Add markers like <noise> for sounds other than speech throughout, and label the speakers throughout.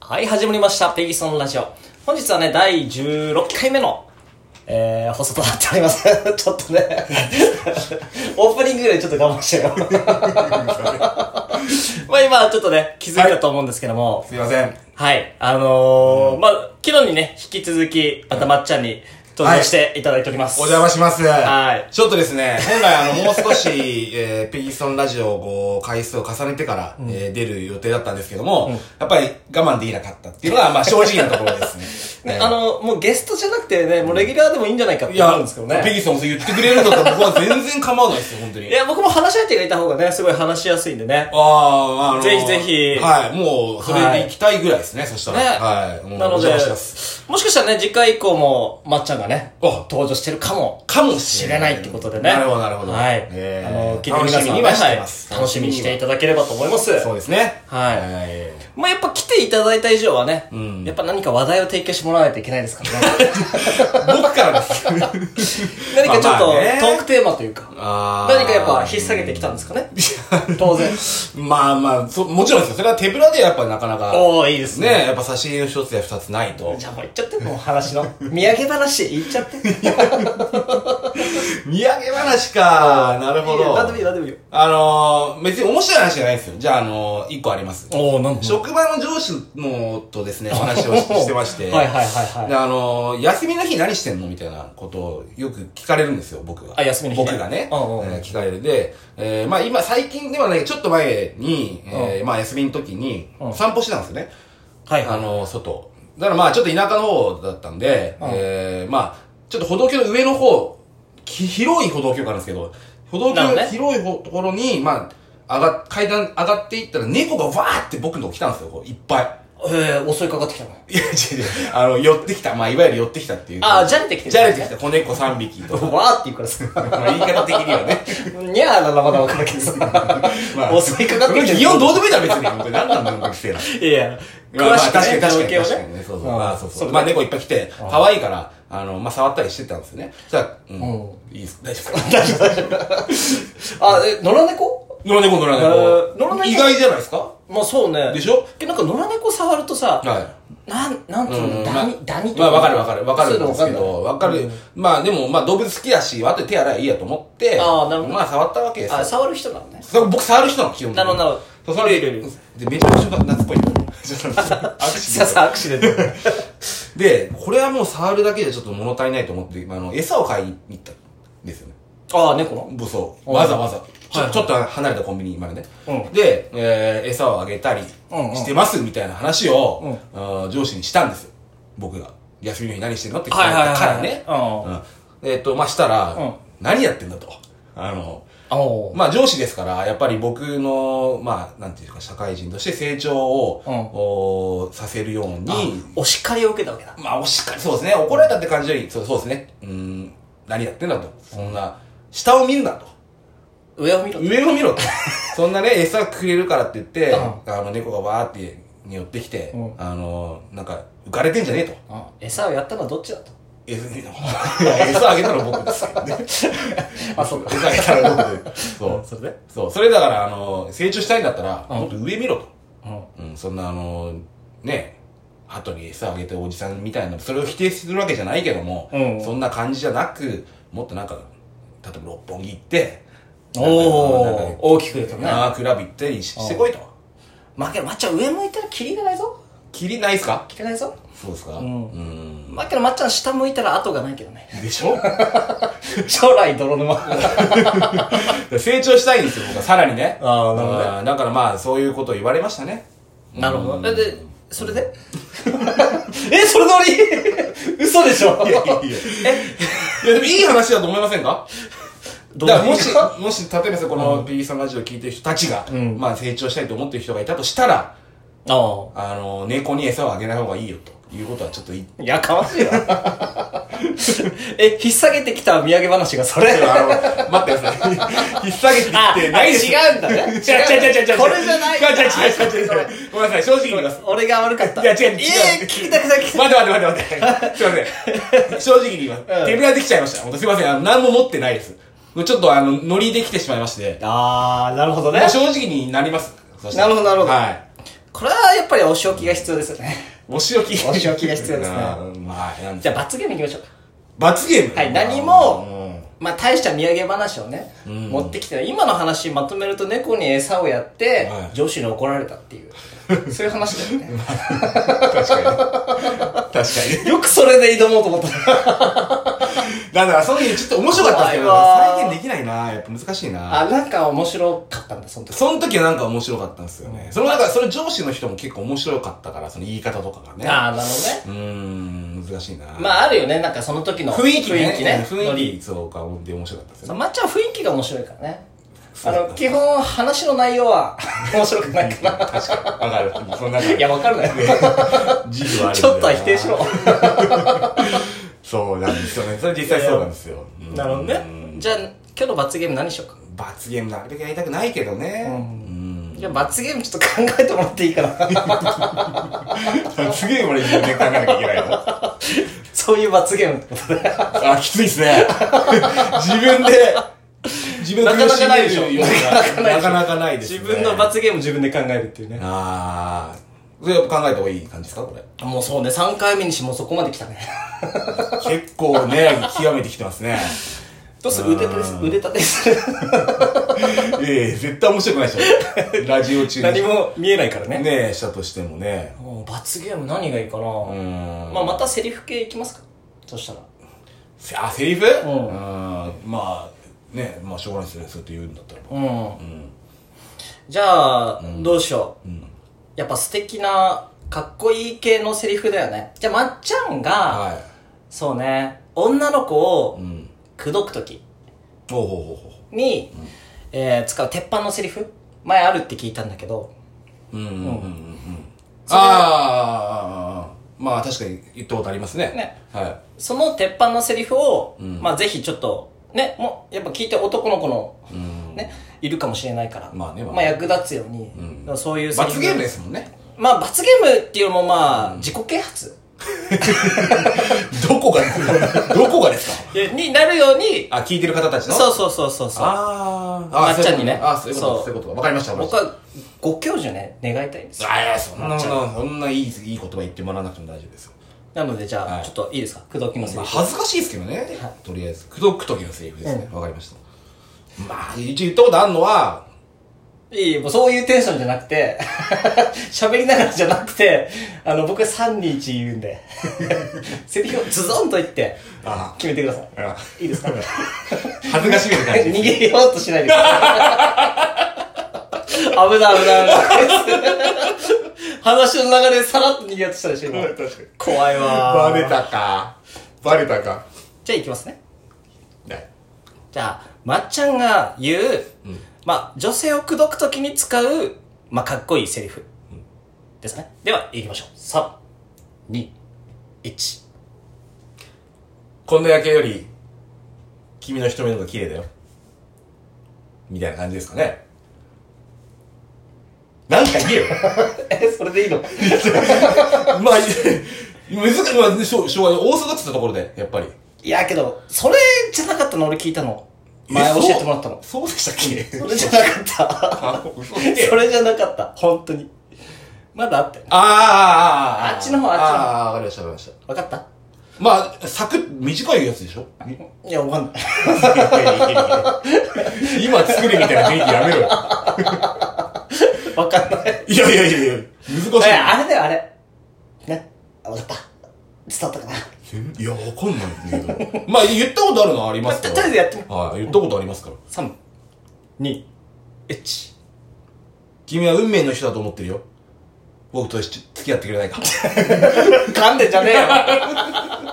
Speaker 1: はい、始まりました。ペギソンラジオ。本日はね、第16回目の、えー、放送となっております。 <laughs> ちょっとね、オープニングぐらいちょっと我慢してよ。 <laughs> まあ今、ちょっとね、気づいたと思うんですけども、
Speaker 2: すいません。
Speaker 1: はい、あのー、まあ、昨日にね、引き続き、またまっちゃんに登場していただいております。
Speaker 2: お邪魔します。
Speaker 1: はい
Speaker 2: ちょっとですね、本来あの、もう少し、 <laughs> えー、ペギストンラジオをこう、回数を重ねてから、えー出る予定だったんですけども、やっぱり我慢できなかったっていうのが、まあ正直なところですね。
Speaker 1: <laughs> ねあの、もうゲストじゃなくてね、もうレギュラーでもいいんじゃないかっ
Speaker 2: い
Speaker 1: て思
Speaker 2: や、
Speaker 1: うんですけどね。
Speaker 2: ペギソンもそう言ってくれるんだったら僕は全然構わないですよ、本当
Speaker 1: い
Speaker 2: に。
Speaker 1: や、僕も話し相手がいた方がね、すごい話しやすいんでね。
Speaker 2: あーあの
Speaker 1: ぜひぜひ
Speaker 2: はい、もう、それで行きたいぐらいですね、そしたら。
Speaker 1: ね
Speaker 2: はい。もう
Speaker 1: なの
Speaker 2: お
Speaker 1: で、も
Speaker 2: 邪魔します。
Speaker 1: しかしたらね、次回以降も、まっちゃんがね、
Speaker 2: あ
Speaker 1: 登場してるかも。
Speaker 2: かもし
Speaker 1: し
Speaker 2: れ
Speaker 1: れ
Speaker 2: な
Speaker 1: ないいってことでね。
Speaker 2: なるほど、なるほど。
Speaker 1: はい。
Speaker 2: え
Speaker 1: あ
Speaker 2: ー
Speaker 1: の、聞いて皆さん
Speaker 2: 楽しみ
Speaker 1: ね
Speaker 2: にはして
Speaker 1: は
Speaker 2: ま
Speaker 1: い
Speaker 2: す。
Speaker 1: 楽しみにしてい
Speaker 2: た
Speaker 1: ただければと思います。
Speaker 2: そうですね。
Speaker 1: はい
Speaker 2: はい。
Speaker 1: まあやっぱ来ていただいた以上はね、やっぱ何か話題を提供してもらわないといけないですからね。
Speaker 2: <laughs> 僕からです。
Speaker 1: 何かちょっと、
Speaker 2: まあまあね
Speaker 1: トークテーマというか、
Speaker 2: あー
Speaker 1: 何かやっぱ引っ提げてきたんですかね。
Speaker 2: <laughs>
Speaker 1: 当然。
Speaker 2: まあまあ、そもちろんですよ。それは手ぶらでやっぱなかなか。
Speaker 1: おー、いいです
Speaker 2: ね
Speaker 1: ね。
Speaker 2: やっぱ差し入れの一つや二つないと。
Speaker 1: じゃあもう行っちゃって、もう話の。土産話、行っちゃって。
Speaker 2: 土産話か。なるほ
Speaker 1: いいよ
Speaker 2: ど。
Speaker 1: 何でもいいよ、何でもいいよ。
Speaker 2: あのー、別に面白い話じゃないですよ。じゃあ、あのー、一個あります。
Speaker 1: おー、なんで
Speaker 2: 職場の上司のとですね、お話をししてまし
Speaker 1: <laughs>
Speaker 2: て。
Speaker 1: はいはいはいはい
Speaker 2: で、あのー、休みの日何してんのみたいなことをよく聞かれるんですよ、僕が。
Speaker 1: あ休みの日ね
Speaker 2: 僕がね、
Speaker 1: うんうんうん
Speaker 2: えー聞かれる。で、えーまあ今、最近ではない、ちょっと前に、えーまあ休みの時に
Speaker 1: うん、
Speaker 2: 散歩してたんですよね。
Speaker 1: はい
Speaker 2: あのー、外。だからまあ、ちょっと田舎の方だったんで、
Speaker 1: うん
Speaker 2: えーまあ、ちょっと歩道橋の上の方、き広い歩道橋があるんですけど、歩道
Speaker 1: なる
Speaker 2: 橋
Speaker 1: ほどね
Speaker 2: の広いほところに、まあ、上が、階段上がっていったら猫がわーって僕のとこ来たんですよ、こういっぱい。 <laughs>
Speaker 1: えー、襲いかかってきたの。
Speaker 2: いや、違う違う。あの、寄ってきた。まあ、いわゆる寄ってきたっていう。
Speaker 1: あー、じゃれてきてる。
Speaker 2: じゃれてきた。子猫3匹と
Speaker 1: <laughs>
Speaker 2: か。
Speaker 1: わーって言うからさ。
Speaker 2: <laughs> まあ、言い方的にはね。
Speaker 1: にゃーならまだわかるけどさ。
Speaker 2: まあ、
Speaker 1: 襲いかかってきて
Speaker 2: 擬音どうでもいいだろ、別に。本当に何なんだろう、学生ら。
Speaker 1: いや、
Speaker 2: まあ
Speaker 1: 詳
Speaker 2: まあ
Speaker 1: しく
Speaker 2: 確か
Speaker 1: ね、
Speaker 2: に確かに
Speaker 1: 情景を
Speaker 2: 確かにね。そうそう。まあ、そうそう。
Speaker 1: れ
Speaker 2: まあ、猫いっぱい来て、可愛いから、あの、まあ、触ったりしてたんですよね。じゃあ、うん
Speaker 1: うん。
Speaker 2: いいです。大丈夫ですか <laughs>
Speaker 1: あ、え、野良猫
Speaker 2: 野良猫、野良
Speaker 1: えー野良
Speaker 2: 猫。
Speaker 1: 猫
Speaker 2: 意外じゃないですか
Speaker 1: まあそうね。
Speaker 2: でしょ
Speaker 1: けどなんか野良猫触るとさ、
Speaker 2: はい。
Speaker 1: なん、なんていうの、
Speaker 2: ま
Speaker 1: ダ
Speaker 2: あ
Speaker 1: ニ、ダニと
Speaker 2: まあ、わかるわかる。わか
Speaker 1: そうい
Speaker 2: る
Speaker 1: うんの
Speaker 2: で
Speaker 1: わ
Speaker 2: す
Speaker 1: かんな
Speaker 2: け
Speaker 1: い。
Speaker 2: ど、わかる。まあ、でも、まあ、動物好きだし、あと手洗いいいやと思って、
Speaker 1: あーなるほど
Speaker 2: まあ、触ったわけですよ
Speaker 1: あ、。触る人なのね。
Speaker 2: そう僕触る人なの基本的に
Speaker 1: なるほどなるほど
Speaker 2: そうそれ
Speaker 1: いるいるいる
Speaker 2: でめちゃくちゃ夏
Speaker 1: <laughs>
Speaker 2: っぽいよちょっとアクシ
Speaker 1: さ
Speaker 2: デン
Speaker 1: あさあ、アクシデント。
Speaker 2: <laughs> トでこれはもう触るだけでちょっと物足りないと思ってあの餌を買いに行ったんですよね
Speaker 1: あー、猫の
Speaker 2: 武装
Speaker 1: うん
Speaker 2: わざわざち
Speaker 1: はいは
Speaker 2: ょ
Speaker 1: い
Speaker 2: ちょっと離れたコンビニまでね、
Speaker 1: うん
Speaker 2: で、えー餌をあげたり
Speaker 1: うんうん
Speaker 2: してますみたいな話を、あー上司にしたんですよ僕が休みの日何してんのって聞かれたから
Speaker 1: はいは
Speaker 2: ね、
Speaker 1: いはいは
Speaker 2: うんえっ、とまあしたら、
Speaker 1: うん
Speaker 2: 何やってんだとあの
Speaker 1: あー。
Speaker 2: まあ上司ですから、やっぱり僕の、まあ、なんていうか、社会人として成長を、
Speaker 1: うん
Speaker 2: おーさせるように、
Speaker 1: お叱りを受けたわけだ。
Speaker 2: まあ、おしっかり、そうですね、怒られたって感じより、そうそうですね、うーん、何やってんだと。そんな、下を見るなと。
Speaker 1: 上を見ろ。
Speaker 2: 上を見
Speaker 1: <laughs>
Speaker 2: ろと。そんなね、餌くれるからって言って、
Speaker 1: う
Speaker 2: あの、猫がわーって、に寄ってきて、
Speaker 1: うん
Speaker 2: あの、なんか、浮かれてんじゃねえと。
Speaker 1: うん餌をやったのはどっちだと。
Speaker 2: え <laughs> 餌あげたら僕ですけどね。
Speaker 1: <laughs> あ、そうか。
Speaker 2: 餌あげたら僕で。そう。
Speaker 1: それで
Speaker 2: そう。それだから、あの、成長したいんだったら、
Speaker 1: うん
Speaker 2: もっと上見ろと。
Speaker 1: うん。
Speaker 2: うん、そんなあの、ね、鳩に餌あげておじさんみたいな、それを否定するわけじゃないけども、
Speaker 1: うん
Speaker 2: そんな感じじゃなく、もっとなんか、例えば六本木行って、
Speaker 1: お
Speaker 2: なんか
Speaker 1: ー、大きく言うとね。
Speaker 2: なあ、クラブ行ったりししてこいと。
Speaker 1: まあけど、まっちゃん上向いたらキリがないぞ。
Speaker 2: キリないっすか
Speaker 1: キリないぞ。
Speaker 2: そうですか
Speaker 1: う
Speaker 2: うんん。
Speaker 1: まあけど、まっちゃん下向いたら後がないけどね。
Speaker 2: でしょ
Speaker 1: <laughs> 将来泥沼。
Speaker 2: <laughs> 成長したいんですよ、僕は。さらにね。
Speaker 1: あーなるほどね
Speaker 2: うんだからまあ、そういうことを言われましたね。
Speaker 1: <laughs> なるほど。
Speaker 2: うん
Speaker 1: で、でそれで <laughs> え、それなり <laughs> 嘘でしょ
Speaker 2: いやいやいやいや、でもいい話だと思いませんか
Speaker 1: どう
Speaker 2: だから
Speaker 1: も
Speaker 2: も
Speaker 1: し
Speaker 2: し、もし、例えばさ、この B さんラジオ聞いてる人たちが、
Speaker 1: ん
Speaker 2: まあ成長したいと思ってる人がいたとしたら、
Speaker 1: あ
Speaker 2: あの、猫に餌をあげない方がいいよということはちょっと言っ
Speaker 1: あ。いや、かわしいわ。 <laughs> え、引っ提げてきた土産話が <laughs> それ
Speaker 2: て、 <laughs> あの、待ってくだ <laughs> さい。引っ提げて
Speaker 1: あ、
Speaker 2: きてないです。
Speaker 1: 違うんだね。違う
Speaker 2: <laughs> 違う違う違う違う。
Speaker 1: これじゃない。
Speaker 2: 違う違う違う違う違う。ごめんなさい、正直に言います。
Speaker 1: 俺が悪かった。
Speaker 2: いや違う違う
Speaker 1: えー聞きたくない聞きた
Speaker 2: 待って待って待って待って。すいません。正直に言います。手ぶらできちゃいました。本当すいません。あの、何も持ってないです。もうちょっとあの、ノリできてしまいまして。
Speaker 1: あー、なるほど
Speaker 2: もう正直になります。そしたら
Speaker 1: なるほどなるほど
Speaker 2: はい。
Speaker 1: これはやっぱりお仕置きが必要ですよね。
Speaker 2: お仕置き。
Speaker 1: お仕置きが必要ですね
Speaker 2: うんま <laughs> あ、なん
Speaker 1: じゃあ罰ゲームいきましょうか。
Speaker 2: 罰ゲーム
Speaker 1: はい何もまあ大した土産話をね、持ってきてない今の話まとめると猫に餌をやって、
Speaker 2: はい
Speaker 1: 上司に怒られたっていう。そういう話だよね。 <laughs>
Speaker 2: うん確かに。確かに。
Speaker 1: よくそれで挑もうと思った。
Speaker 2: だから、その時ちょっと面白かったんですけど、
Speaker 1: 怖いわ
Speaker 2: 再現できないなやっぱ難しいな
Speaker 1: あ、なんか面白かったんだ、その時。
Speaker 2: その時はなんか面白かったんですよね。そのなんか、その上司の人も結構面白かったから、その言い方とかがね。
Speaker 1: ああ、なるほどね。
Speaker 2: うーん、難しいな
Speaker 1: まああるよね、なんかその時の
Speaker 2: 雰囲気ね。
Speaker 1: 雰囲気ね。ノ
Speaker 2: 雰
Speaker 1: リ
Speaker 2: 囲気、そうか、で面白かったですよね。
Speaker 1: まっちゃんは雰囲気が面白いからね。
Speaker 2: そ
Speaker 1: あ
Speaker 2: うだ
Speaker 1: の、基本話の内容は <laughs> 面白くないか
Speaker 2: 確かに。わかる。そんな
Speaker 1: な。 <laughs> いや、わかるだよ。
Speaker 2: 自由はあるん
Speaker 1: ち
Speaker 2: だよ
Speaker 1: ょっとは否定しろ。
Speaker 2: そうなんですよね。それ実際そうなんですよ。うん
Speaker 1: なるほどね。じゃあ、今日の罰ゲーム何しようか。
Speaker 2: 罰ゲームなるべくやりたくないけどね。うん。
Speaker 1: じゃあ、罰ゲームちょっと考えてもらっていいかな。
Speaker 2: 罰ゲーム俺自分で考えなきゃいけないの。
Speaker 1: <laughs> そういう罰ゲームってことで。
Speaker 2: あ、きついっすね。自分で、自分
Speaker 1: なかなかないでしょ
Speaker 2: 苦しめるようななかなかないです、ね。
Speaker 1: 自分の。罰ゲーム自分で考えるっていうね。
Speaker 2: あー。それやっぱ考えた方がいい感じですかこれ。
Speaker 1: もうそうね、3回目にしてもうそこまで来たね。
Speaker 2: 結構ね、極めてき
Speaker 1: <laughs>
Speaker 2: てますね。
Speaker 1: <laughs> どうする腕立てす
Speaker 2: う
Speaker 1: 腕立てする。 <laughs>
Speaker 2: ええ絶対面白くないでしょ。ラジオ中に。
Speaker 1: 何も見えないからね。
Speaker 2: ねえ、したとしてもね。
Speaker 1: もう罰ゲーム何がいいかな。
Speaker 2: うーん。
Speaker 1: まあ、またセリフ系いきますか。そしたら。
Speaker 2: せあ、セリフ
Speaker 1: う
Speaker 2: うんん。まあ、ねまあ、しょうがないですね。そうやって言うんだったら。
Speaker 1: うん。
Speaker 2: うん。
Speaker 1: じゃあ、どうしよう、
Speaker 2: ん
Speaker 1: やっぱ素敵な、かっこいい系のセリフだよね。じゃあ、まっちゃんが、
Speaker 2: は
Speaker 1: そうね、女の子を
Speaker 2: い。うん。
Speaker 1: 口説くとき
Speaker 2: ほうほうほうほ
Speaker 1: に、えー使う鉄板のセリフ前あるって聞いたんだけど、
Speaker 2: う。うんうんうんうんうん。
Speaker 1: それ
Speaker 2: あー、まあ確かに言ったことありますね。
Speaker 1: ね。
Speaker 2: は
Speaker 1: その鉄板のセリフを、
Speaker 2: うん
Speaker 1: まあぜひちょっと、ね、もう、やっぱ聞いて男の子の、
Speaker 2: い。うん。
Speaker 1: ね、いるかもしれないから、
Speaker 2: まあねまあ
Speaker 1: 役立つように、
Speaker 2: ん
Speaker 1: だからそういうセリフ
Speaker 2: 罰ゲームですもんね。
Speaker 1: まあ罰ゲームっていうのもまあ、自己啓発
Speaker 2: どこが、どこがですか
Speaker 1: いやになるように、
Speaker 2: あ、聞いてる方たちの
Speaker 1: そううそうそうそうそう。
Speaker 2: あー。
Speaker 1: ま
Speaker 2: あ
Speaker 1: っちゃんにね
Speaker 2: あ、そういうこと
Speaker 1: そう
Speaker 2: かそういうことか。わかりました、わかりま
Speaker 1: 僕
Speaker 2: した。
Speaker 1: はご教授ね願いたいんですよ
Speaker 2: あいやそんな
Speaker 1: ちゃ
Speaker 2: そんないいいい言葉言ってもらわなくても大丈夫ですよ、
Speaker 1: なのでじゃあ、
Speaker 2: はい
Speaker 1: ちょっといいですか口説きのセ
Speaker 2: まあ、
Speaker 1: リフ、
Speaker 2: 恥ずかしいですけどね、
Speaker 1: はい
Speaker 2: とりあえず口説く時のセリフですねわ、かりましたまあ一応言ったことあるのはい
Speaker 1: いいいもうそういうテンションじゃなくて <laughs> 喋りながらじゃなくてあの僕は321言うんで <laughs> セリフをズドンと言って
Speaker 2: あ
Speaker 1: 決めてくださ
Speaker 2: あ
Speaker 1: いいいですか
Speaker 2: <laughs> 恥ずかしい感
Speaker 1: 逃
Speaker 2: じ
Speaker 1: げようとしないでく <laughs> ださい危ない危ない危ない話の流れでさらっと逃げようとしたでしょ今
Speaker 2: 確かに
Speaker 1: 怖いわ
Speaker 2: バレたかバレたか
Speaker 1: じゃあいきますね
Speaker 2: ない
Speaker 1: じゃあ、まっちゃんが言う、まあ、女性を口説くときに使う、まあ、かっこいいセリフ。ですね。では、行きましょう。3、2、1。
Speaker 2: こんな夜景より君の一目の方が綺麗だよみたいな感じですかねなんか言えよ
Speaker 1: <laughs> え、それでいいの
Speaker 2: <laughs> まあ難しい、まあ、しょうしょうがないオーソドックスなところでやっぱり
Speaker 1: いや、けど、それじゃなかったの、俺聞いたの。前教えてもらったの。
Speaker 2: そうでしたっ
Speaker 1: そ
Speaker 2: け
Speaker 1: れじゃなかっ
Speaker 2: <laughs> あ、嘘
Speaker 1: た。 <laughs> それじゃなかった。本当に。まだあったよね。
Speaker 2: あーあーあーあー
Speaker 1: あっちの方あっちの方
Speaker 2: ああ、わかりました、わかりまし
Speaker 1: わかった
Speaker 2: た。まあ、サクッ、短いやつでし <laughs> ょ
Speaker 1: いや、わかんない。 <laughs>
Speaker 2: 今作れみたいな雰囲気やめろよ。
Speaker 1: わかんない。
Speaker 2: いやいやいやいや、難し
Speaker 1: え、あれだよ、あれ。ね。あわかった。伝わったかな。
Speaker 2: い。いや、わかんないんだけど。まあ、言ったことあるのはありますか
Speaker 1: とりあえず
Speaker 2: ら。
Speaker 1: やってみ
Speaker 2: はい、言ったことありますから。
Speaker 1: 3、2、1。
Speaker 2: 君は運命の人だと思ってるよ。僕とし付き合ってくれないか。
Speaker 1: <laughs> 噛んでんじゃねえよ。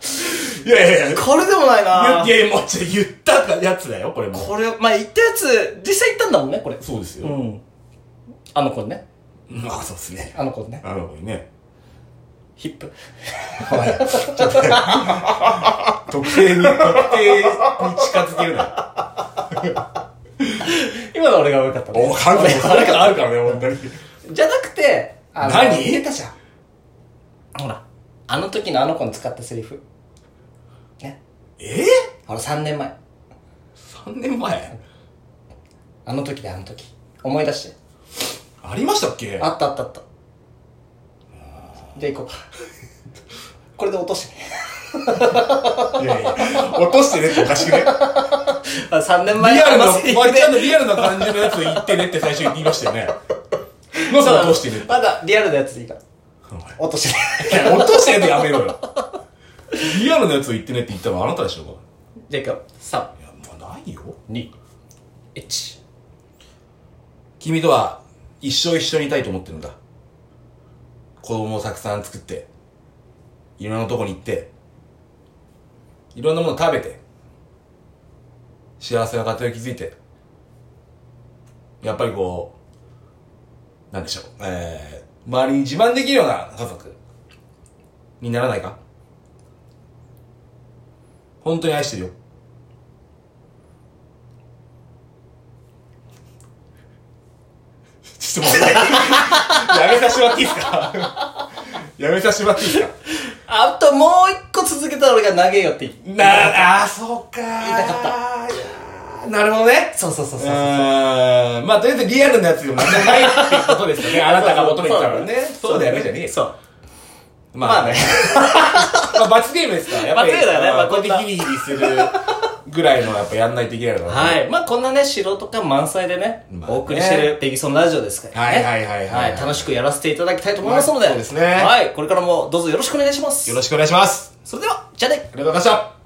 Speaker 2: <laughs> いやいやい <laughs> や。
Speaker 1: これでもないなぁ
Speaker 2: いやいや、もうちょっと言ったやつだよ、これも。
Speaker 1: これ、まあ、言ったやつ、実際言ったんだもんね、これ。
Speaker 2: そうです
Speaker 1: う
Speaker 2: よ。
Speaker 1: ん。あの子にね。
Speaker 2: まあ、そうですね。
Speaker 1: あの子にね。
Speaker 2: あの子にね。
Speaker 1: ヒップ。
Speaker 2: はい。ちょっとね、特定に、特定に近づけるな。
Speaker 1: <laughs> 今の俺が悪かったね。
Speaker 2: お、関係あるから、あるからね、本当に。
Speaker 1: じゃなくて、あの
Speaker 2: 何
Speaker 1: 言ってたじゃん。ほら、あの時のあの子に使ったセリフ。ね。
Speaker 2: え
Speaker 1: ほら、3年前。
Speaker 2: 三 ?3 年前
Speaker 1: あの時であの時。思い出して。
Speaker 2: ありましたっけ
Speaker 1: あったあったあった。じゃあ行こうか。 <laughs> これで落としてね。
Speaker 2: いやいや、落としてねっておかしくね。
Speaker 1: 3年前
Speaker 2: リアルの、
Speaker 1: 話で
Speaker 2: 割りちゃんのリアルな感じのやつ言ってねって最初に言いましたよね。のさ、落としてねって。
Speaker 1: まだリアルなやつでいいから。落としてね。
Speaker 2: いや落としてねってやめろよ。リアルなやつを言ってねって言ったのはあなたでしょうか
Speaker 1: じゃあ行くよ。3、
Speaker 2: いや、もうないよ。
Speaker 1: 2、1。
Speaker 2: 君とは一生一緒にいたいと思ってるんだ。子供をたくさん作って、いろんなとこに行って、いろんなもの食べて、幸せな家庭を築いて、やっぱりこう、なんでしょう、えー、周りに自慢できるような家族にならないか本当に愛してるよ。ちょっと待って。やめさせてもらっていいですか <laughs> やめさせてもらっていいですか
Speaker 1: あともう1個続けたら俺が投げよって言う
Speaker 2: なあー、そうかー。言い
Speaker 1: たかった
Speaker 2: った。なるほどね。
Speaker 1: そうそうそう
Speaker 2: う
Speaker 1: そう。
Speaker 2: ーん。まあ、とりあえずリアルなやつでも何でもないっていうことですよね。あなたが求めてたからね。そうだよね、じゃねえよ。
Speaker 1: そう。
Speaker 2: ま
Speaker 1: まあね。
Speaker 2: まあ、罰ゲームですから。やっぱり
Speaker 1: 罰ゲームだね
Speaker 2: あー
Speaker 1: まあ
Speaker 2: こうやっ
Speaker 1: こ
Speaker 2: て
Speaker 1: ん
Speaker 2: ヒリヒリするぐらいのやっぱやんないといけないのかな。
Speaker 1: はい。まあこんなね、素人感満載でね、
Speaker 2: まあね
Speaker 1: お送りしてるペギソンラジオですからね。
Speaker 2: はいはいはいはい
Speaker 1: 楽しくやらせていただきたいと思いますので。
Speaker 2: まあそうですね
Speaker 1: はい。これからもどうぞよろしくお願いします。
Speaker 2: よろしくお願いします。
Speaker 1: それでは、じゃあね。
Speaker 2: ありがとうございました。